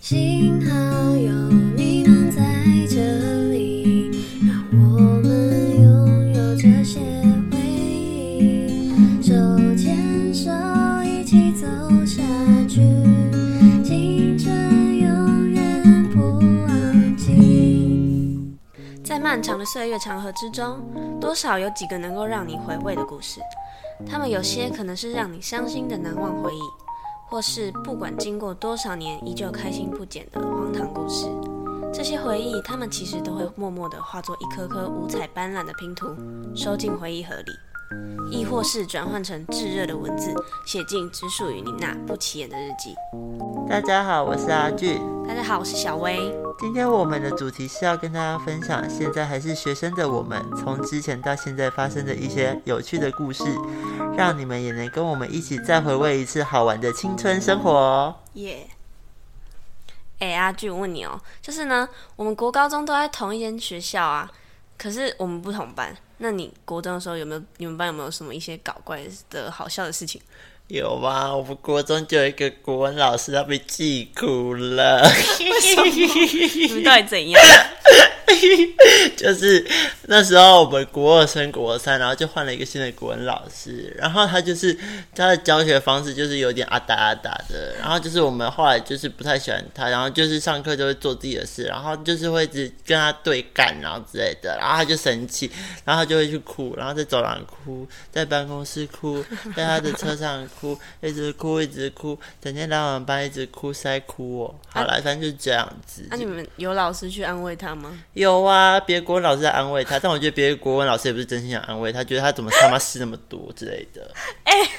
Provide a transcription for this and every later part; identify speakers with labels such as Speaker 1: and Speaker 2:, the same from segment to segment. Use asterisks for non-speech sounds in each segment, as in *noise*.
Speaker 1: 幸好有你们在这里，让我们拥有这些回忆。手牵手一起走下去，青春永远不忘记。
Speaker 2: 在漫长的岁月长河之中，多少有几个能够让你回味的故事。他们有些可能是让你伤心的难忘回忆，或是不管经过多少年依旧开心不减的荒唐故事。这些回忆，他们其实都会默默地化作一颗颗五彩斑斓的拼图，收进回忆盒里，亦或是转换成炙热的文字，写进只属于你那不起眼的日记。
Speaker 3: 大家好，我是阿俊。
Speaker 2: 大家好，我是小薇。
Speaker 3: 今天我们的主题是要跟大家分享现在还是学生的我们，从之前到现在发生的一些有趣的故事，让你们也能跟我们一起再回味一次好玩的青春生活哦。
Speaker 2: 耶！哎，阿俊，我问你哦，就是呢，我们国高中都在同一间学校啊，可是我们不同班。那你国中的时候有没有你们班有没有什么一些搞怪的好笑的事情？ *laughs*
Speaker 3: 有吗？我们国中就有一个国文老师，他被记哭了。
Speaker 2: *laughs* 你们到底怎样？
Speaker 3: 就是那时候我们国二升国三，然后就换了一个新的国文老师，然后他就是他的教学方式就是有点阿达阿达的，然后就是我们后来就是不太喜欢他，然后就是上课就会做自己的事，然后就是会一直跟他对干，然后之类的，然后他就生气，然后他就会去哭，然后在走廊哭，在办公室哭，在他的车上哭，一直哭一直哭，整天来我们班一直哭塞哭哦。好了，反正就是这样子。
Speaker 2: 啊那、你们有老师去安慰他吗？
Speaker 3: 有啊，别的国文老师在安慰他，但我觉得别的国文老师也不是真心想安慰他，觉得他怎么他妈事那么多之类的。 *laughs*
Speaker 2: 哎 *laughs*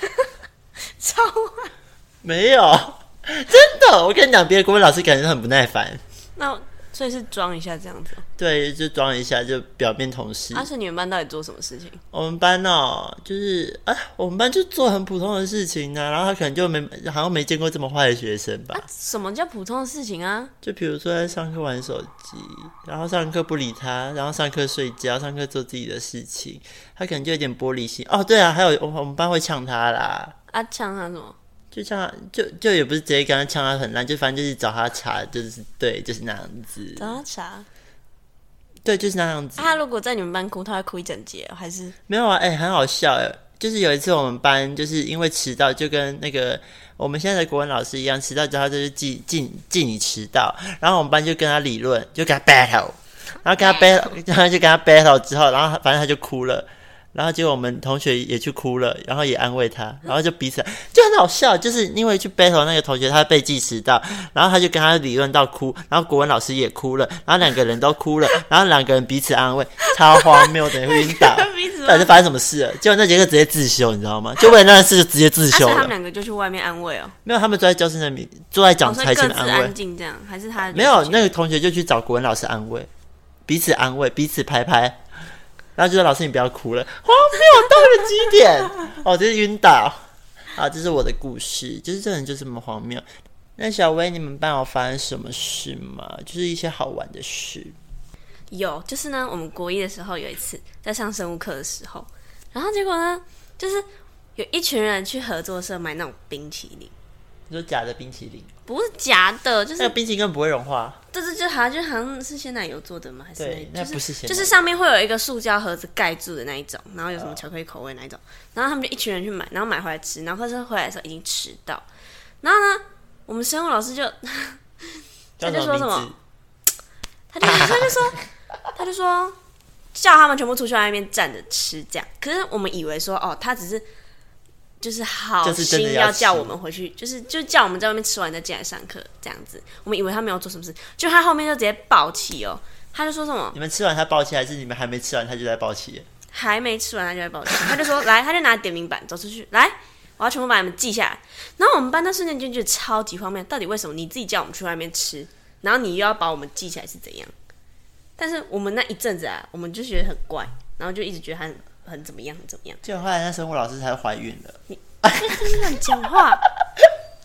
Speaker 2: 超
Speaker 3: 没有，真的，我跟你讲，别的国文老师感觉很不耐烦，
Speaker 2: 那所以是装一下这样子哦。
Speaker 3: 对，就装一下，就表面同事。
Speaker 2: 阿是你们班到底做什么事情？
Speaker 3: 我们班哦，就是哎，我们班就做很普通的事情啊呢、然后他可能就没好像没见过这么坏的学生吧。
Speaker 2: 什么叫普通的事情啊？
Speaker 3: 就比如说在上课玩手机，然后上课不理他，然后上课睡觉，上课做自己的事情，他可能就有点玻璃心。哦，对啊，还有我我们班会呛他啦。
Speaker 2: 啊，呛他什么？
Speaker 3: 就像就就也不是直接跟他呛他很烂，就反正就是找他茬，就是对，就是那样子，
Speaker 2: 找他查。啊，
Speaker 3: 对，就是那样子。
Speaker 2: 他如果在你们班哭，他会哭一整节哦，还是
Speaker 3: 没有啊，哎、很好笑哎，就是有一次我们班就是因为迟到，就跟那个我们现在的国文老师一样，迟到之后他就是记记记你迟到，然后我们班就跟他理论，就跟他 battle，然后跟他 battle，然后就跟他 battle 之后，然后他反正他就哭了。然后结果我们同学也去哭了，然后也安慰他，然后就彼此就很好笑，就是因为去 battle 那个同学他被记迟到，然后他就跟他理论到哭，然后国文老师也哭了，然后两个人都哭了，然后两个人彼此安慰，超荒谬的，会晕倒。
Speaker 2: 彼此
Speaker 3: 到底是发生什么事了？结果那节课直接自修，你知道吗？就为了那件事就直接自
Speaker 2: 啊，所
Speaker 3: 修
Speaker 2: 以他们
Speaker 3: 了。
Speaker 2: 两个就去外面安慰哦，
Speaker 3: 没有，他们坐在教室那里，坐在讲
Speaker 2: 哦所以
Speaker 3: 台
Speaker 2: 各
Speaker 3: 前
Speaker 2: 自
Speaker 3: 面安
Speaker 2: 安
Speaker 3: 慰。
Speaker 2: 静这样，还是他
Speaker 3: 没有，那个同学就去找国文老师安慰，彼此安慰，彼此拍拍。然后就说：“老师，你不要哭了。”荒谬到了极点， *laughs* 哦，真是晕倒。啊，这是我的故事，就是真的就这么荒谬。那小薇，你们班有发生什么事吗？就是一些好玩的事。
Speaker 2: 有，就是呢，我们国一的时候有一次在上生物课的时候，然后结果呢，就是有一群人去合作社买那种冰淇淋，
Speaker 3: 你说假的冰淇淋，
Speaker 2: 不是假的，就
Speaker 3: 那个
Speaker 2: 是
Speaker 3: 冰淇淋根本不会融化。
Speaker 2: 这这就好像就好像是鲜奶油做的吗？还是
Speaker 3: 对
Speaker 2: 哪
Speaker 3: 那不是鲜奶
Speaker 2: 就
Speaker 3: 油
Speaker 2: 是上面会有一个塑胶盒子盖住的那一种，然后有什么巧克力口味那一种，然后他们就一群人去买，然后买回来吃，然后可是回来的时候已经迟到，然后呢，我们生物老师就
Speaker 3: 叫
Speaker 2: 就说
Speaker 3: 名
Speaker 2: 什么
Speaker 3: 字？
Speaker 2: 他就他就说，他就说叫他们全部出去外面站着吃这样。可是我们以为说，哦，他只是就是好
Speaker 3: 就是真的
Speaker 2: 心
Speaker 3: 要
Speaker 2: 要叫
Speaker 3: 吃
Speaker 2: 我们回去，就是就叫我们在外面吃完再进来上课这样子。我们以为他没有做什么事，就他后面就直接暴气哦，他就说什么
Speaker 3: 你们吃完他抱歉，还是你们还没吃完他就在抱歉？
Speaker 2: 还没吃完他就在暴气，他就说来，他就拿点名板走出去来。我要全部把你们记下来，然后我们班那瞬间就觉得超级荒谬，到底为什么你自己叫我们去外面吃，然后你又要把我们记起来是怎样？但是我们那一阵子啊，我们就觉得很怪，然后就一直觉得他很很怎么样，很怎么样，
Speaker 3: 结果后来那生物老师才怀孕了。
Speaker 2: 乱讲话。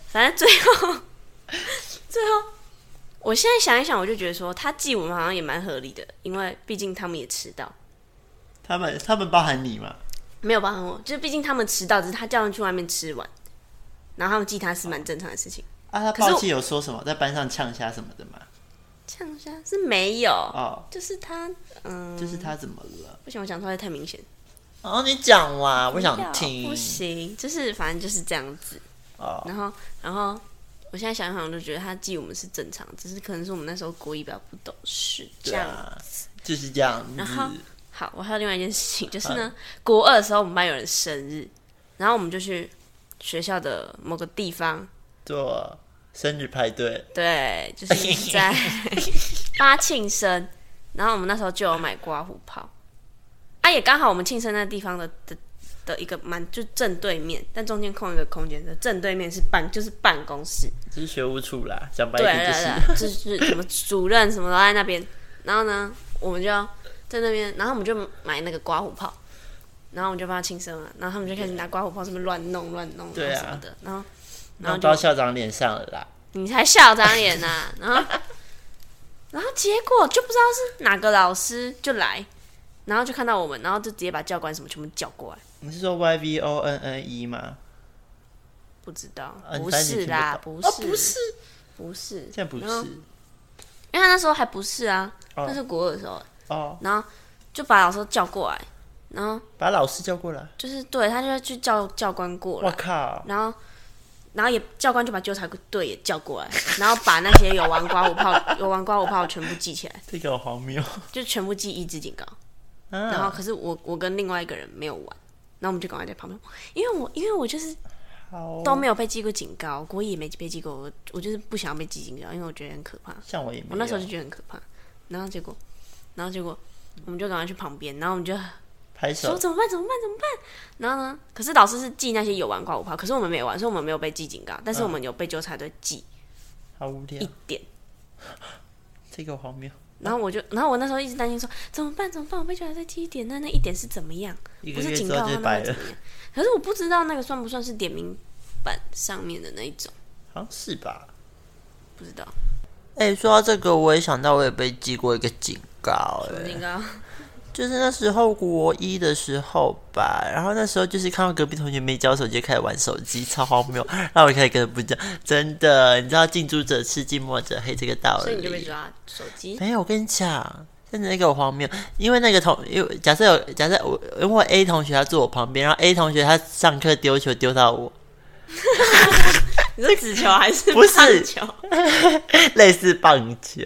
Speaker 2: 反正最后，最后，我现在想一想，我就觉得说他记我们好像也蛮合理的，因为毕竟他们也迟到，
Speaker 3: 他们他们包含你吗？
Speaker 2: 没有包哦含我，就是毕竟他们迟到，只是他叫人去外面吃完，然后他们记他是蛮正常的事情。
Speaker 3: 啊，他
Speaker 2: 可是
Speaker 3: 抱
Speaker 2: 我
Speaker 3: 气有说什么在班上呛虾什么的吗？
Speaker 2: 呛虾是没有，
Speaker 3: 哦，
Speaker 2: 就是他，嗯，
Speaker 3: 就是他怎么了？
Speaker 2: 不行，我讲出来太明显，
Speaker 3: 哦，你讲哇，我
Speaker 2: 不要
Speaker 3: 想听
Speaker 2: 不。行，就是反正就是这样子。
Speaker 3: 哦，
Speaker 2: 然后，然后我现在想想，我就觉得他记我们是正常，只是可能是我们那时候国语比较不懂事这
Speaker 3: 对
Speaker 2: 样。
Speaker 3: 啊，就是这样嗯
Speaker 2: 然后
Speaker 3: 子。
Speaker 2: 好，我还有另外一件事情，就是呢，国二的时候我们班有人生日，然后我们就去学校的某个地方，
Speaker 3: 做生日派对，
Speaker 2: 对，就是
Speaker 3: *laughs*
Speaker 2: 在八庆生，然后我们那时候就有买刮胡泡，啊，也刚好我们庆生那地方的的的一个蛮就正对面，但中间空一个空间的正对面是办就是办公室，
Speaker 3: 就是学务处啦，讲白一
Speaker 2: 对啊
Speaker 3: 点就
Speaker 2: 对
Speaker 3: 是
Speaker 2: 对，就是 *laughs* 什么主任什么都在那边，然后呢，我们就在那边，然后我们就买那个刮胡泡。然后我们就帮他庆生嘛，然后他们就开始拿刮胡泡什么乱弄乱弄，
Speaker 3: 对啊
Speaker 2: 什么的，然后然后
Speaker 3: 弄
Speaker 2: 就
Speaker 3: 到校长脸上了啦。
Speaker 2: 你才校长脸呐、 *laughs* 然后，然后结果就不知道是哪个老师就来，然后就看到我们，然后就直接把教官什么全部叫过来。
Speaker 3: 你是说 Y V O N N E 吗？
Speaker 2: 不知道，
Speaker 3: 啊
Speaker 2: 不
Speaker 3: 你反正
Speaker 2: 是
Speaker 3: 你
Speaker 2: 啦，
Speaker 3: 听
Speaker 2: 不
Speaker 3: 不
Speaker 2: 是，
Speaker 3: 懂哦不是，
Speaker 2: 不是，
Speaker 3: 现在不是
Speaker 2: 然后因为他那时候还不是啊，
Speaker 3: 哦
Speaker 2: 那是国二的时候，
Speaker 3: 哦，
Speaker 2: 然后就把老师叫过来，然后
Speaker 3: 把老师叫过来。
Speaker 2: 就是对他就要去叫教官过
Speaker 3: 我
Speaker 2: 来，
Speaker 3: 靠！
Speaker 2: 然后，然后也教官就把纠察队也叫过来，然后把那些有玩刮胡泡、 *laughs* 有玩刮胡泡全部记起来，
Speaker 3: 这个好荒谬
Speaker 2: 就全部记一字警告。然后
Speaker 3: 啊！
Speaker 2: 可是我我跟另外一个人没有玩，然后我们就赶快在旁边，因为我因为我就是
Speaker 3: 好，
Speaker 2: 都没有被记过警告，国一也没被记过，我我就是不想要被记警告，因为我觉得很可怕。
Speaker 3: 像我也没有。
Speaker 2: 我那时候就觉得很可怕，然后结果，然后结果我们就赶快去旁边，然后我们就
Speaker 3: 拍
Speaker 2: 说
Speaker 3: 手，
Speaker 2: 怎么办怎么办怎么办？然后呢，可是老师是记那些有玩刮五炮，可是我们没有玩，所以我们没有被记警告，但是我们有被纠察队记
Speaker 3: 好无聊
Speaker 2: 一。点。
Speaker 3: 这个好荒谬，
Speaker 2: 然后我就，然后我那时候一直担心说怎么办怎么办？我被纠察队记一点，那那一点是怎么样？
Speaker 3: 一
Speaker 2: 不
Speaker 3: 个
Speaker 2: 是
Speaker 3: 月
Speaker 2: 警
Speaker 3: 之
Speaker 2: 告
Speaker 3: 后
Speaker 2: 他
Speaker 3: 就
Speaker 2: 那
Speaker 3: 白
Speaker 2: 会怎
Speaker 3: 了，
Speaker 2: 么样？可是我不知道那个算不算是点名板上面的那一种，
Speaker 3: 好像是吧？
Speaker 2: 不知道。
Speaker 3: 哎、说到这个，我也想到我也被记过一个警告、
Speaker 2: 我
Speaker 3: 哎，
Speaker 2: 应该
Speaker 3: 就是那时候国一的时候吧，然后那时候就是看到隔壁同学没交手机，就开始玩手机，超荒谬。 *laughs* 然后我开始跟他不讲，真的，你知道近朱者赤，近墨者黑这个道理。
Speaker 2: 所以你就被抓手机。
Speaker 3: 没有，我跟你讲，真的那个荒谬，因为那个同，因为假设有假设我，因为 A 同学他坐我旁边，然后 A 同学他上课丢球丢到我，
Speaker 2: 你说纸球还是
Speaker 3: 不是
Speaker 2: 棒球？
Speaker 3: *laughs* 类似棒球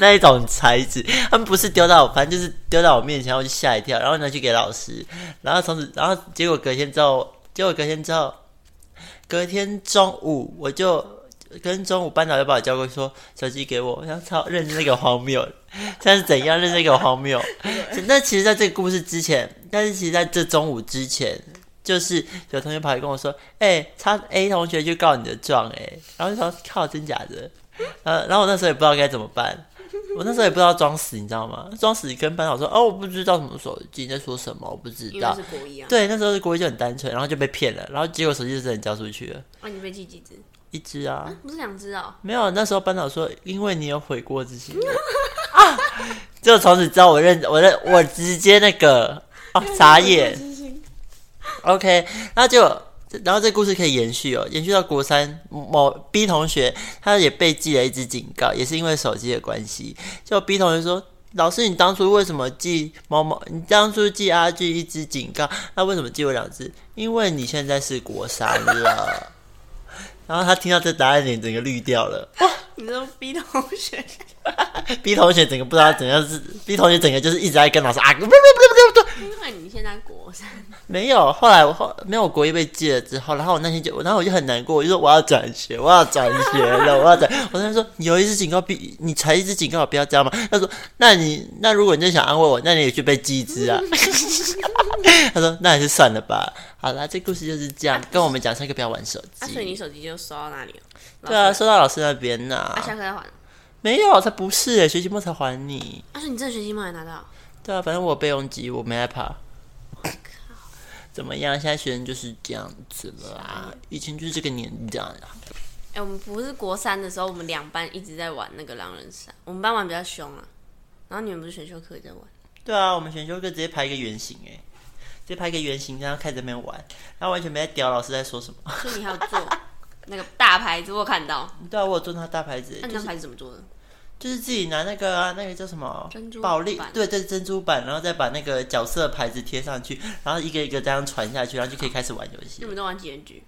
Speaker 3: 那一种材质，他们不是丢到我，反正就是丢到我面前，然后我就吓一跳，然后拿去给老师，然后从此，然后结果隔天之后，结果隔天之后，隔天中午我就。跟中午班导就把我叫过去说手机给我，然后超认真那个荒谬， *laughs* 像是怎样认真那个荒谬。那其实，在这个故事之前，但是其实在这中午之前，就是有同学跑来跟我说：“哎、他 A 同学去告你的状哎、然后就说：“靠，真假的？”呃，然后我那时候也不知道该怎么办，我那时候也不知道装死，你知道吗？装死跟班长说：“哦，我不知道什么手机你在说什么，我不知
Speaker 2: 因为
Speaker 3: 道
Speaker 2: 是。国一”啊。
Speaker 3: *laughs* 对，那时候的国语就很单纯，然后就被骗了，然后结果手机就真的交出去了，
Speaker 2: 啊，你被记几只？
Speaker 3: 一只啊。
Speaker 2: 不是两只 *laughs* 哦。
Speaker 3: 没有，那时候班长说，因为你有悔过之心 *laughs* 啊， *laughs* 就从此之后我认我认我直接那个啊傻眼。OK，然后结果，然后这故事可以延续哦，延续到国三某 B 同学，他也被记了一支警告，也是因为手机的关系。就 B 同学说。老师，你当初为什么记某某？你当初记阿俊一支警告，那为什么记我两支？因为你现在是国三了。然后他听到这答案，脸整个绿掉了。
Speaker 2: 你说 B 同学
Speaker 3: B 同学整个不知道怎样是 B 同学整个就是一直在跟老师啊，不不不不不
Speaker 2: *laughs*
Speaker 3: 不，
Speaker 2: 因为你现在国三，
Speaker 3: 没有。后来我后没有我国一被记了之后，然后我那天就，然后我就很难过，我就说我要转学，我要转学了，我要转。我跟他说有一次警告 B，你才一次警告我不要这样嘛。他说那你那如果你真的想安慰我，那你也去被记一
Speaker 2: *laughs*
Speaker 3: 只啊。他说那还是算了吧。好啦，这故事就是这样，跟我们讲上课不要玩手
Speaker 2: 啊，所以
Speaker 3: 机。
Speaker 2: 你手机就收到那里了。
Speaker 3: 对啊，
Speaker 2: 老师
Speaker 3: 说到老师那边呐、
Speaker 2: 啊，下课再还。
Speaker 3: 没有，才不是哎，学期末才还你。
Speaker 2: 啊，所以你这学期末也拿到？
Speaker 3: 对啊，反正我备用机，我没害怕。怎么样？现在学生就是这样子了啊，以前就是这个年代啊。
Speaker 2: 哎，我们不是国三的时候，我们两班一直在玩那个狼人杀，我们班玩比较凶啊。然后你们不是选修课也在玩？
Speaker 3: 对啊，我们选修课直接排一个圆形、欸，直接排一个圆形，然后开始在那边玩，然后完全没在屌老师在说什么。
Speaker 2: 所以你还有做？那个大牌子，我有看到。
Speaker 3: 对啊，我有做他大牌子，
Speaker 2: 那你
Speaker 3: 就
Speaker 2: 那
Speaker 3: 是
Speaker 2: 牌子怎么做的？
Speaker 3: 就是自己拿那个、啊、那个叫什么
Speaker 2: 珍珠
Speaker 3: 宝丽
Speaker 2: 板，
Speaker 3: 对对珍珠板，然后再把那个角色牌子贴上去，然后一个一个这样传下去，然后就可以开始玩游
Speaker 2: 你
Speaker 3: 戏。
Speaker 2: 们都玩几人局？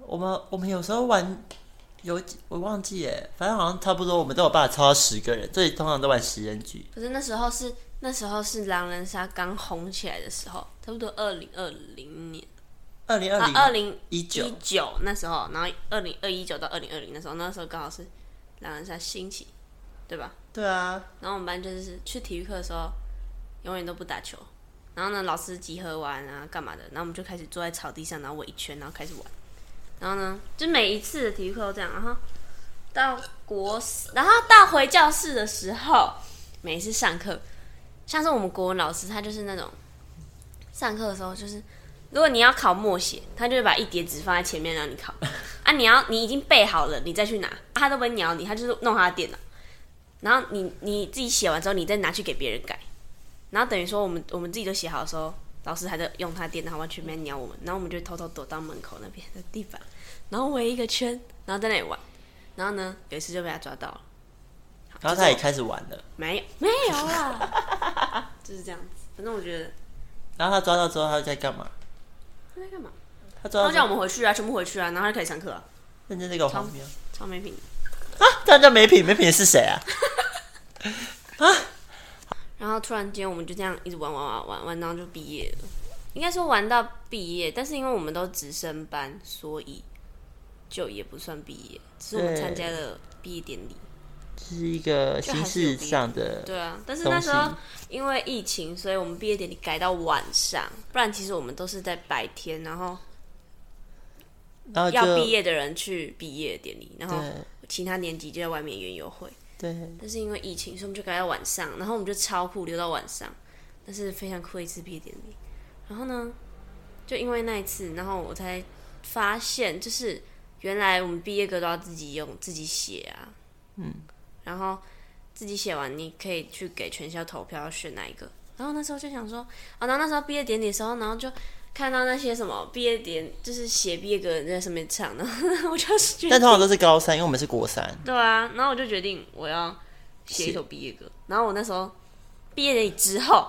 Speaker 3: 我们我们有时候玩有我忘记耶，反正好像差不多，我们都有办法超到十个人，所以通常都玩十人局。
Speaker 2: 可是那时候是那时候是狼人杀刚红起来的时候，差不多二零二零年
Speaker 3: 二零二
Speaker 2: 啊
Speaker 3: 零，
Speaker 2: 二零
Speaker 3: 一
Speaker 2: 一
Speaker 3: 九，
Speaker 2: 九那时候，然后二零二一九到二零二零那时候，那时候刚好是狼人杀兴起，对吧？
Speaker 3: 对啊，
Speaker 2: 然后我们班就是去体育课的时候，永远都不打球。然后呢，老师集合完啊，干嘛的？然后我们就开始坐在草地上，然后围一圈，然后开始玩。然后呢，就每一次的体育课都这样。然后到国，然后到回教室的时候，每一次上课，像是我们国文老师，他就是那种上课的时候，就是如果你要考默写，他就会把一叠纸放在前面让你考。啊，你要你已经背好了，你再去拿，啊、他都不会鸟你，他就是弄他的电脑。然后你你自己写完之后，你再拿去给别人改，然后等于说我们我们自己都写好的时候，老师还在用他的电脑，完全没鸟我们，然后我们就偷偷躲到门口那边的地板，然后围一个圈，然后在那里玩，然后呢有一次就被他抓到了，
Speaker 3: 然后他也开始玩了，
Speaker 2: 没有没有啦， *laughs* 就是这样子，反正我觉得
Speaker 3: 然后他抓到之后他在干嘛？
Speaker 2: 他在干嘛？
Speaker 3: 他抓
Speaker 2: 他
Speaker 3: 到之
Speaker 2: 叫
Speaker 3: 后
Speaker 2: 我们回去啊，全部回去啊，然后他就开始上课、啊，
Speaker 3: 认真那个荒谬。
Speaker 2: 超没品的。
Speaker 3: 这样叫没品，没品是谁啊？
Speaker 2: 然后突然间我们就这样一直玩玩玩玩玩，然后就毕业了。应该说玩到毕业，但是因为我们都直升班，所以就也不算毕业，只是我们
Speaker 3: 对
Speaker 2: 参加了毕业典礼。
Speaker 3: 是一个形式上的，
Speaker 2: 对啊，但是那时
Speaker 3: 东
Speaker 2: 候
Speaker 3: 西
Speaker 2: 因为疫情，所以我们毕业典礼改到晚上，不然其实我们都是在白天，然后
Speaker 3: 然后就
Speaker 2: 要毕业哦的人去毕业典礼，然后
Speaker 3: 对
Speaker 2: 其他年级就在外面园游会。
Speaker 3: 对，
Speaker 2: 但是因为疫情，所以我们就改到晚上，然后我们就超酷留到晚上，但是非常酷的一次毕业典礼。然后呢，就因为那一次，然后我才发现，就是原来我们毕业歌都要自己用、自己写啊，嗯，然后自己写完，你可以去给全校投票选哪一个。然后那时候就想说，啊，然后那时候毕业典礼的时候，然后就看到那些什么毕业典，就是写毕业歌的人在上面唱，然后我就是觉得 *laughs*
Speaker 3: 但通常都是高三，因为我们是国三，
Speaker 2: 对啊，然后我就决定我要写一首毕业歌。然后我那时候毕业典礼之后，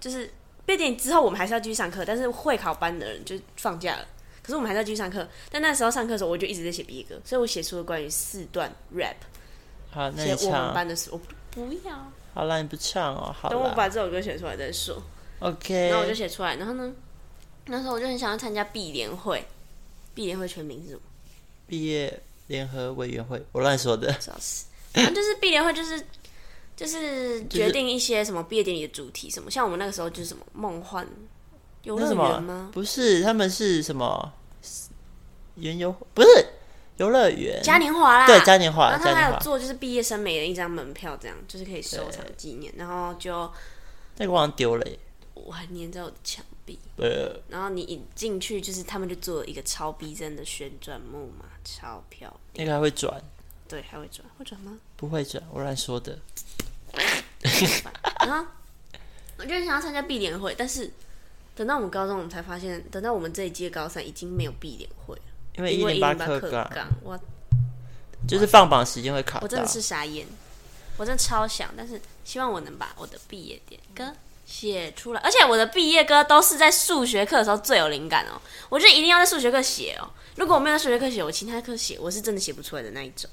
Speaker 2: 就是毕业典礼之后，我们还是要继续上课，但是会考班的人就放假了。可是我们还是要继续上课，但那时候上课的时候，我就一直在写毕业歌，所以我写出了关于四段 rap，
Speaker 3: 好，那
Speaker 2: 写
Speaker 3: 你
Speaker 2: 我们
Speaker 3: 唱，啊
Speaker 2: 班的事。我不不要，
Speaker 3: 好啦，你不唱哦，好
Speaker 2: 等我
Speaker 3: 啦哎
Speaker 2: 把这首歌写出来再说。然后我就
Speaker 3: ，OK，
Speaker 2: 写出来，然后呢，那时候我就很想要参加毕联会，毕联会全名是什么？
Speaker 3: 毕业联合委员会，我乱说的，
Speaker 2: 主要是，反正就是毕业会就是就是决定一些什么毕业典礼的主题什么，像我们那个时候就是什么梦幻游
Speaker 3: 那
Speaker 2: 乐
Speaker 3: 什
Speaker 2: 园
Speaker 3: 么
Speaker 2: 吗？？
Speaker 3: 不是，他们是什么？园游不是游乐园，
Speaker 2: 嘉年华啦，
Speaker 3: 对嘉年华，
Speaker 2: 然后哦他
Speaker 3: 嘉
Speaker 2: 还
Speaker 3: 年
Speaker 2: 有
Speaker 3: 华，
Speaker 2: 做就是毕业生每人一张门票，这样就是可以收藏
Speaker 3: 对
Speaker 2: 纪念，然后就
Speaker 3: 那个我好像丢了耶，
Speaker 2: 我还粘在我的墙壁，
Speaker 3: 呃，
Speaker 2: 然后你一进去就是他们就做了一个超逼真的旋转木马，超漂亮，
Speaker 3: 那个还会转，
Speaker 2: 对，还会转，会转吗？ *laughs*
Speaker 3: 不会转，我乱说的，
Speaker 2: 然后啊我就很想要参加毕联会，但是等到我们高中，我们才发现，等到我们这一届高三已经没有毕联会了，
Speaker 3: 因为
Speaker 2: 因为
Speaker 3: 零
Speaker 2: 一
Speaker 3: 八
Speaker 2: 零八
Speaker 3: 课
Speaker 2: 课
Speaker 3: 纲
Speaker 2: 纲，我
Speaker 3: 就是放榜时间会卡
Speaker 2: 我真
Speaker 3: 到
Speaker 2: 的，是傻眼，我真的超想，但是希望我能把我的毕业点歌写出来，而且我的毕业歌都是在数学课的时候最有灵感哦，我就一定要在数学课写哦，如果我没有在数学课写，我其他课写，我是真的写不出来的那一种。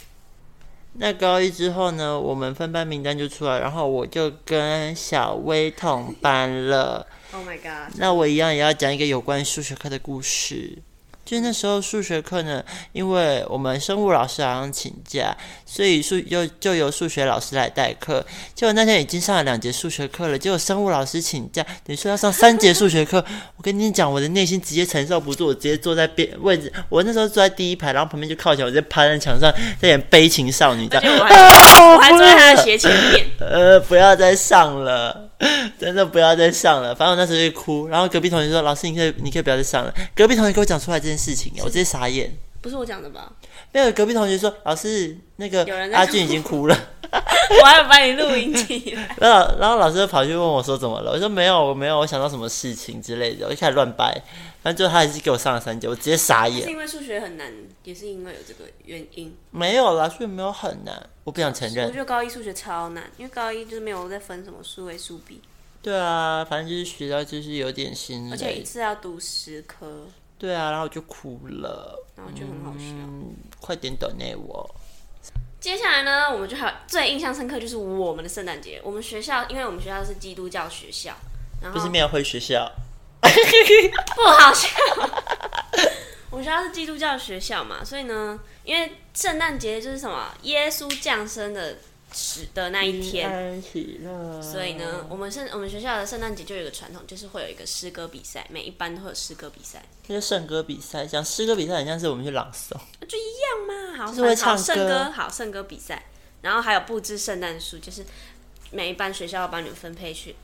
Speaker 3: 那高一之后呢，我们分班名单就出来，然后我就跟小薇同班了。
Speaker 2: Oh my god！
Speaker 3: 那我一样也要讲一个有关于数学课的故事。就是那时候数学课呢，因为我们生物老师好像请假，所以数又就由数学老师来代课。结果那天已经上了两节数学课了，结果生物老师请假，等于说要上三节数学课。我跟你讲，我的内心直接承受不住，我直接坐在边位置，我那时候坐在第一排，然后旁边就靠墙，我直接趴在墙上，在演悲情少女这
Speaker 2: 而
Speaker 3: 样
Speaker 2: 且。我还、 *laughs*
Speaker 3: 啊
Speaker 2: 我还坐在他
Speaker 3: 不
Speaker 2: 的
Speaker 3: 是
Speaker 2: 斜前面，
Speaker 3: 呃，不要再上了，真的不要再上了。反正我那时候就哭，然后隔壁同学说：“老师，你可以，你可以不要再上了。”隔壁同学给我讲出来这件事情，我直接傻眼。
Speaker 2: 不是我讲的吧？
Speaker 3: 没有，隔壁同学说：“老师，那个
Speaker 2: 有人在
Speaker 3: 阿
Speaker 2: 哭
Speaker 3: 俊已经哭了。”
Speaker 2: 我还有把你录音起来。
Speaker 3: 然后然后老师就跑去问我说怎么了，我说没有，我没有，我想到什么事情之类的，我就开始乱掰，但最后他还是给我上了三节，我直接傻
Speaker 2: *laughs* 是
Speaker 3: 眼。
Speaker 2: 因为数学很难，也是因为有这个原因。
Speaker 3: 没有啦，所以没有很难，我不想承
Speaker 2: 我
Speaker 3: 认
Speaker 2: 觉。得高一数学超难，因为高一就是没有在分什么数 A 数 B，
Speaker 3: 对啊，反正就是学到就是有点心
Speaker 2: 而且一
Speaker 3: 累。
Speaker 2: 次要读十科，
Speaker 3: 对啊，然后我就哭了，嗯
Speaker 2: 然后就很好啊笑。
Speaker 3: 快点等内我。
Speaker 2: 接下来呢，我们就还有最印象深刻就是我们的圣诞节。我们学校，因为我们学校是基督教学校，然
Speaker 3: 不
Speaker 2: 后
Speaker 3: 是庙会学校，
Speaker 2: 不好笑。 *laughs* 我们学校是基督教学校嘛，所以呢，因为圣诞节就是什么耶稣降生的时的那一天，
Speaker 3: 安喜乐。
Speaker 2: 所以呢，我们圣我们学校的圣诞节就有一个传统，就是会有一个诗歌比赛，每一班都会有诗歌比赛，
Speaker 3: 那就圣歌比赛，讲诗歌比赛很像是我们去朗诵，
Speaker 2: 就一样嘛。好，
Speaker 3: 就是
Speaker 2: 好
Speaker 3: 会唱
Speaker 2: 圣
Speaker 3: 歌
Speaker 2: 歌，好圣歌比赛，然后还有布置圣诞树，就是每一班学校要帮你们分配去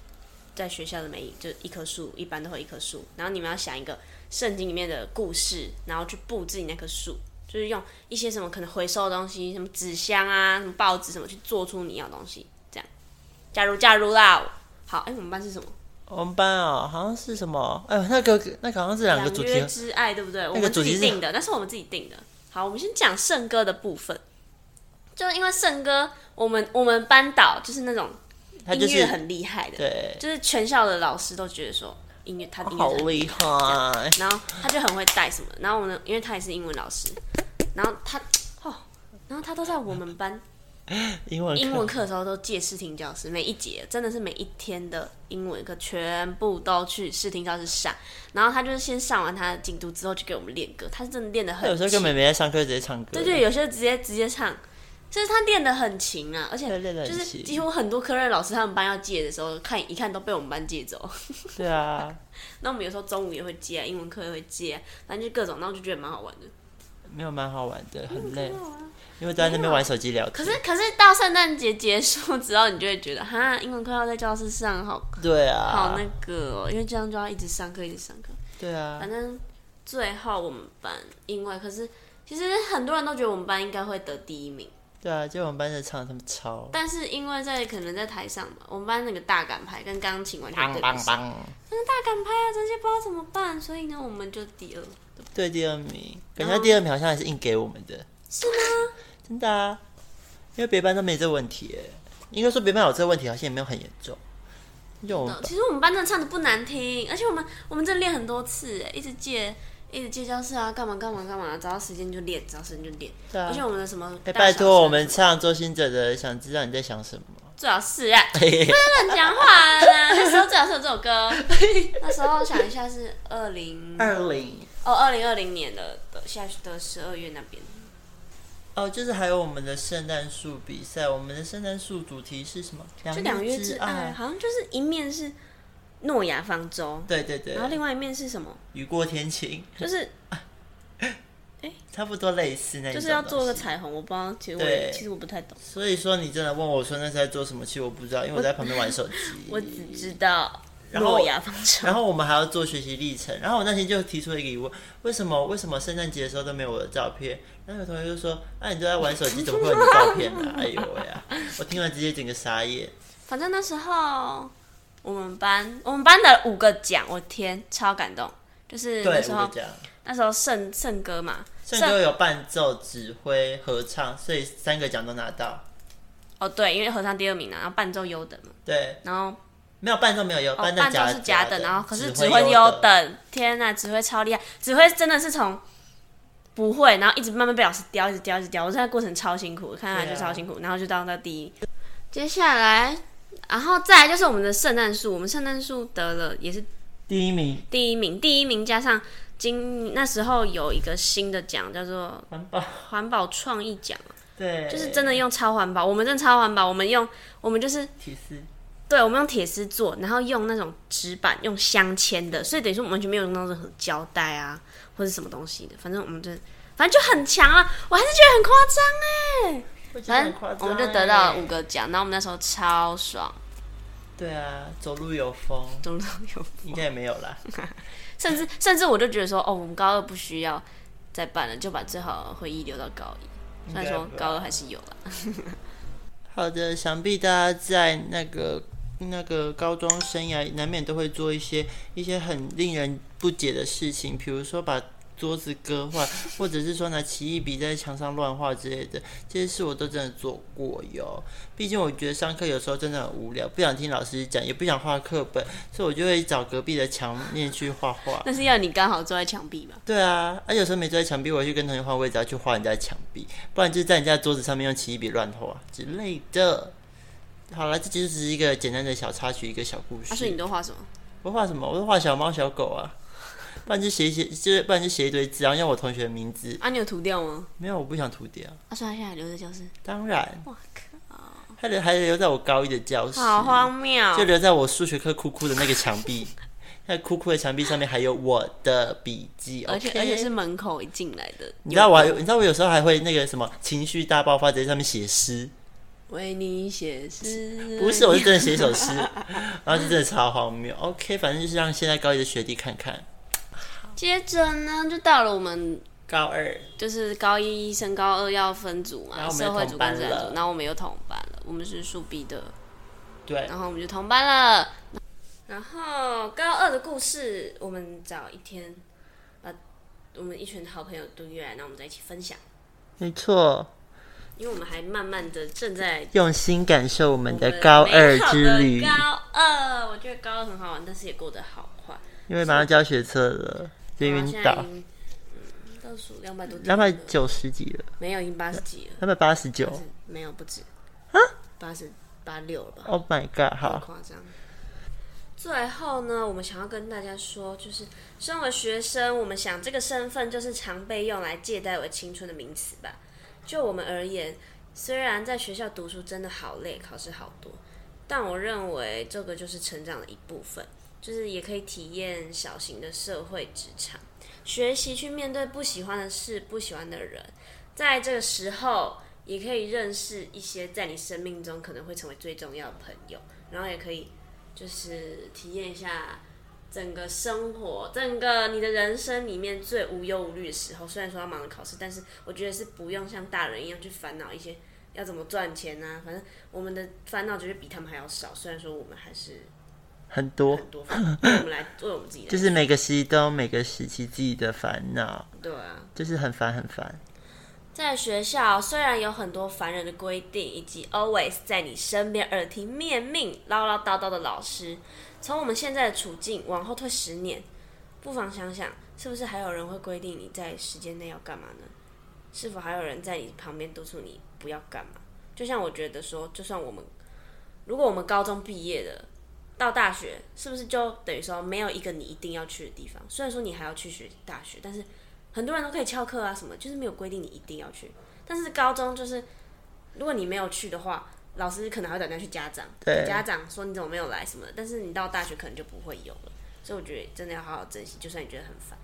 Speaker 2: 在学校的每一就一棵树，一般都会有一棵树，然后你们要想一个圣经里面的故事，然后去布置你那棵树。就是用一些什么可能回收的东西，什么纸箱啊、什么报纸什么，去做出你要的东西。这样，假如假如啦，好，哎、我们班是什么？
Speaker 3: 我们班啊、好像是什么？哎呦，那个那个好像是两个主题啊
Speaker 2: 约，之爱，对不对？我
Speaker 3: 个
Speaker 2: 们
Speaker 3: 主
Speaker 2: 自
Speaker 3: 题
Speaker 2: 己
Speaker 3: 是
Speaker 2: 定的，那是我们自己定的。好，我们先讲圣歌的部分，就是因为圣歌，我们我们班导就是那种
Speaker 3: 他就
Speaker 2: 音乐
Speaker 3: 是
Speaker 2: 很厉害的，
Speaker 3: 对，
Speaker 2: 就是全校的老师都觉得说音乐他的音乐
Speaker 3: 好
Speaker 2: 很
Speaker 3: 厉害。
Speaker 2: 然后他就很会带什么，然后我们因为他也是英文老师，然后他哦，然后他都在我们班
Speaker 3: 英文
Speaker 2: 英
Speaker 3: 课
Speaker 2: 文课的时候都借视听教室，每一节真的是每一天的英文课全部都去视听教室上，然后他就是先上完他的进度之后就给我们练歌，他是真的练得
Speaker 3: 他
Speaker 2: 很
Speaker 3: 有时候根
Speaker 2: 勤，
Speaker 3: 本没在上课，直接唱歌。
Speaker 2: 对对，有些直接直接唱，就是他练得很勤啊，而且
Speaker 3: 对练得很
Speaker 2: 就是
Speaker 3: 勤
Speaker 2: 几乎很多科任老师他们班要借的时候，看一看都被我们班借走。
Speaker 3: 对啊，
Speaker 2: 那我们有时候中午也会借、啊，英文课也会借、啊，反正就各种，然后就觉得蛮好玩的。
Speaker 3: 没有蛮好玩的，很累，因为都在那边玩手机聊
Speaker 2: 啊可
Speaker 3: 天。
Speaker 2: 是可是到圣诞节结束之后，你就会觉得哈，英文课要在教室上，好
Speaker 3: 对啊，
Speaker 2: 好那个、哦，因为这样就要一直上课，一直上课。
Speaker 3: 对啊
Speaker 2: 反，正最后我们班，因为可是其实很多人都觉得我们班应该会得第一名，
Speaker 3: 对啊，就我们班的唱得他们超
Speaker 2: 但是因为在可能在台上吧，我们班那个大杆牌跟钢琴完全对
Speaker 3: 棒
Speaker 2: 不
Speaker 3: 棒
Speaker 2: 上，
Speaker 3: 棒，
Speaker 2: 那个大杆牌啊，这些不知道怎么办，所以呢，我们就第二，
Speaker 3: 对第二名，感觉他第二名好像还是硬给我们的，
Speaker 2: 是吗？
Speaker 3: *laughs* 真的啊，因为别班都没这问题耶，应该说别班有这个问题，好像也没有很严重。就我们班
Speaker 2: 其实我们班真的唱的不难听，而且我们我们真的练很多次，哎一直借。一直借教室啊，干嘛干嘛干嘛，找到时间就练，找到时间就练。
Speaker 3: 对啊
Speaker 2: 而且我们的什么
Speaker 3: 哎、
Speaker 2: 大小声，
Speaker 3: 拜托，我们唱周星哲的《想知道你在想什么
Speaker 2: 最好是啊，》
Speaker 3: 嘿嘿，
Speaker 2: 乱讲话啦！那时候最好是有这首
Speaker 3: *laughs*
Speaker 2: 歌，那时候想一下是二零
Speaker 3: *laughs* 二零
Speaker 2: 哦二零二零年的的下的十二月那边，
Speaker 3: 哦，就是还有我们的圣诞树比赛，我们的圣诞树主题是什么？
Speaker 2: 就两
Speaker 3: 月
Speaker 2: 月之爱，好像就是一面是诺亚方舟，
Speaker 3: 对对对
Speaker 2: 然，后另外一面是什么？
Speaker 3: 雨过天晴，
Speaker 2: 就是
Speaker 3: 差不多类似那一种
Speaker 2: 就是要做个
Speaker 3: 东西
Speaker 2: 彩虹，我不知道，其实我也
Speaker 3: 对
Speaker 2: 其实我不太懂，
Speaker 3: 所以说，你真的问我说那是在做什么？其实我不知道，因为我在旁边玩手机。
Speaker 2: 我只知道
Speaker 3: 后
Speaker 2: 诺亚方舟 *laughs*
Speaker 3: 然。后我们还要做学习历程。然后我那天就提出了一个疑问：为什么为什么圣诞节的时候都没有我的照片？然后有同学就说：“那、你都在玩手机，怎么会有你的照片呢、哎呦喂呀、我听完直接整个傻眼。
Speaker 2: 反正那时候我们班我们班的五个奖，我天，超感动。就是
Speaker 3: 对，
Speaker 2: 那
Speaker 3: 我
Speaker 2: 时候
Speaker 3: 就这样。
Speaker 2: 那时候圣圣歌嘛，
Speaker 3: 圣歌有伴奏、指挥、合唱，所以三个奖都拿到。
Speaker 2: 哦，对，因为合唱第二名啊，然后伴奏优等嘛，
Speaker 3: 对，
Speaker 2: 然后
Speaker 3: 没有伴奏，没有有
Speaker 2: 哦
Speaker 3: 奏
Speaker 2: 伴奏
Speaker 3: 假
Speaker 2: 是假
Speaker 3: 等，
Speaker 2: 等，然后可是指
Speaker 3: 挥
Speaker 2: 挥优
Speaker 3: 等。
Speaker 2: 等，天呐，指挥超厉害，指挥真的是从不会，然后一直慢慢被老师雕，一直雕，一直雕，我在过程超辛苦，看来
Speaker 3: 对
Speaker 2: 就
Speaker 3: 啊
Speaker 2: 超辛苦，然后就当到第一。接下来，然后再来就是我们的圣诞树，我们圣诞树得了也是
Speaker 3: 第一名
Speaker 2: 第一名，第一名加上今那时候有一个新的奖叫做
Speaker 3: 环保，
Speaker 2: 环保创意奖，
Speaker 3: 对，
Speaker 2: 就是真的用超环保，我们真的超环保，我们用我们就是
Speaker 3: 提示。
Speaker 2: 对，我们用铁丝做，然后用那种纸板，用镶嵌的，所以等于说我们完全没有用到任何胶带啊，或者什么东西的。反正我们就，反正就很强啊，我还是觉得很夸张哎、
Speaker 3: 我觉得很夸
Speaker 2: 反
Speaker 3: 张
Speaker 2: 正我们就得到了
Speaker 3: 欸
Speaker 2: 五个奖，然后我们那时候超爽，
Speaker 3: 对啊，走路有风，
Speaker 2: 中都有，
Speaker 3: 应该也没有啦。
Speaker 2: 甚至甚至我就觉得说，哦，我们高二不需要 *laughs* 再办了，就把最好的回忆留到高一。虽然说
Speaker 3: 应该吧
Speaker 2: 高二还是有了，
Speaker 3: 好的，想必大家在那个那个高中生涯难免都会做一些一些很令人不解的事情，比如说把桌子割坏， *laughs* 或者是说拿奇异笔在墙上乱画之类的，这些事我都真的做过哟。毕竟我觉得上课有时候真的很无聊，不想听老师讲，也不想画课本，所以我就会找隔壁的墙面去画画。
Speaker 2: 那是要你刚好坐在墙壁吧？
Speaker 3: 对啊，而、有时候没坐在墙壁，我会去跟同学换位置，要去画人家的墙壁，不然就是在人家的桌子上面用奇异笔乱画之类的。好了，这其实只是一个简单的小插曲，一个小故
Speaker 2: 他、说你
Speaker 3: 事。
Speaker 2: 都画什么？
Speaker 3: 我画什么？我都画小猫小狗啊，不然就写一写，就是不然就写一堆字，然后用我同学的名字。
Speaker 2: 啊，你有涂掉吗？
Speaker 3: 没有，我不想涂掉。
Speaker 2: 他、说他现在还留在教室。
Speaker 3: 当然，
Speaker 2: 哇靠！
Speaker 3: 还留还留在我高一的教室，
Speaker 2: 好荒谬！
Speaker 3: 就留在我数学课哭哭的那个墙壁。那哭哭的墙壁上面还有我的笔记，
Speaker 2: 而且
Speaker 3: OK？
Speaker 2: 而且是门口一进来的。
Speaker 3: 你知道我还，你知道我有时候还会那个什么情绪大爆发，在上面写诗，
Speaker 2: 为你写诗？
Speaker 3: 不是，我是真的写一首诗，然后就真的超荒谬。OK，反正就是让现在高一的学弟看看，
Speaker 2: 接着呢，就到了我们
Speaker 3: 高二
Speaker 2: 就是高一升高二要分组
Speaker 3: 然
Speaker 2: 嘛，
Speaker 3: 后我们又
Speaker 2: 社会组
Speaker 3: 同班
Speaker 2: 跟自然
Speaker 3: 了
Speaker 2: 组，然后我们又同班了，我们是数 B 的，
Speaker 3: 对
Speaker 2: 然后我们就同班了。然后高二的故事，我们找一天，呃，我们一群好朋友都约来，那我们在一起分享，
Speaker 3: 没错，
Speaker 2: 因为我们还慢慢的正在
Speaker 3: 用心感受我们
Speaker 2: 我
Speaker 3: 的
Speaker 2: 们
Speaker 3: 高二
Speaker 2: 美好
Speaker 3: 之
Speaker 2: 的
Speaker 3: 旅，
Speaker 2: 高二，我觉得高二很好玩，但是也过得好快。
Speaker 3: 因为马上就要学测了，连
Speaker 2: 然后
Speaker 3: 云
Speaker 2: 现在
Speaker 3: 岛
Speaker 2: 已经嗯，倒数两百多天
Speaker 3: 两
Speaker 2: 了，
Speaker 3: 百九十几了，
Speaker 2: 没有，已经八十几了。
Speaker 3: 两百八十九
Speaker 2: 是没有不止八十八六了吧？
Speaker 3: ，Oh my god，
Speaker 2: 很
Speaker 3: 好，
Speaker 2: 夸张。最后呢，我们想要跟大家说，就是身为学生，我们想这个身份就是常被用来借代为青春的名词吧。就我们而言，虽然在学校读书真的好累，考试好多，但我认为这个就是成长的一部分，就是也可以体验小型的社会职场，学习去面对不喜欢的事、不喜欢的人，在这个时候也可以认识一些在你生命中可能会成为最重要的朋友，然后也可以就是体验一下整个生活，整个你的人生里面最无忧无虑的时候。虽然说要忙着考试，但是我觉得是不用像大人一样去烦恼一些要怎么赚钱啊，反正我们的烦恼就是比他们还要少。虽然说我们还是
Speaker 3: 很多，
Speaker 2: 很多烦恼，对我们来为我们自己来
Speaker 3: 就是每个时期都有每个时期自己的烦恼，
Speaker 2: 对啊。
Speaker 3: 就是很烦很烦。
Speaker 2: 在学校虽然有很多烦人的规定，以及 always 在你身边耳提面命、唠唠叨叨的老师，从我们现在的处境往后退十年，不妨想想，是不是还有人会规定你在时间内要干嘛呢？是否还有人在你旁边督促你不要干嘛？就像我觉得说，就算我们如果我们高中毕业了，到大学，是不是就等于说没有一个你一定要去的地方？虽然说你还要去学大学，但是很多人都可以翘课啊，什么就是没有规定你一定要去。但是高中就是，如果你没有去的话，老师可能还会打电话去家长，
Speaker 3: 对
Speaker 2: 家长说你怎么没有来什么的。但是你到大学可能就不会有了，所以我觉得真的要好好珍惜，就算你觉得很烦。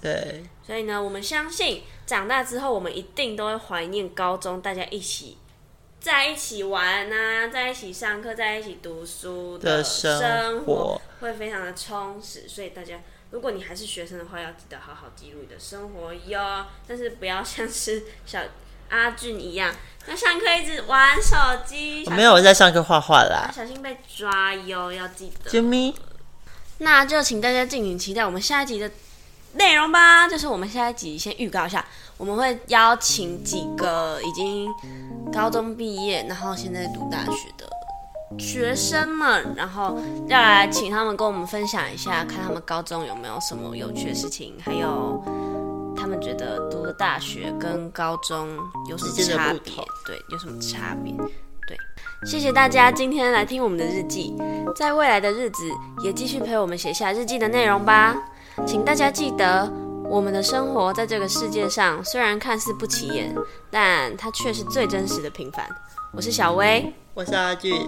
Speaker 3: 对，
Speaker 2: 所以呢，我们相信长大之后，我们一定都会怀念高中，大家一起在一起玩啊，在一起上课，在一起读书
Speaker 3: 的
Speaker 2: 生
Speaker 3: 生活
Speaker 2: 会非常的充实。所以大家，如果你还是学生的话，要记得好好记录你的生活哟。但是不要像是小阿俊一样，那上课一直玩手机，
Speaker 3: 我
Speaker 2: 小
Speaker 3: 没有我在上课画画啦，
Speaker 2: 小心被抓哟，要记得。
Speaker 3: 啾咪。
Speaker 2: 那就请大家敬请期待我们下一集的内容吧。就是我们下一集先预告一下，我们会邀请几个已经高中毕业，然后现在读大学的学生们，然后要来请他们跟我们分享一下，看他们高中有没有什么有趣的事情，还有他们觉得读了大学跟高中有什么
Speaker 3: 之间的
Speaker 2: 差
Speaker 3: 不
Speaker 2: 别
Speaker 3: 同，
Speaker 2: 对，有什么差别。对，谢谢大家今天来听我们的日记，在未来的日子也继续陪我们写下日记的内容吧。请大家记得，我们的生活在这个世界上虽然看似不起眼，但它却是最真实的平凡。我是小薇，
Speaker 3: 我是阿俊，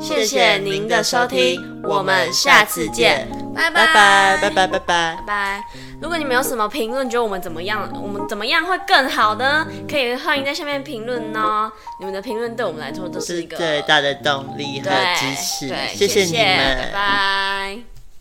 Speaker 2: 谢谢您的收听，我们下次见，，拜
Speaker 3: 拜拜拜拜拜拜
Speaker 2: 拜。拜。如果你们有什么评论，觉得我们怎么样，我们怎么样会更好呢？可以欢迎在下面评论哦。你们的评论对我们来说都是
Speaker 3: 是
Speaker 2: 一个
Speaker 3: 最大的动力和
Speaker 2: 对
Speaker 3: 支持
Speaker 2: 对，
Speaker 3: 谢
Speaker 2: 谢
Speaker 3: 你们，
Speaker 2: 拜拜。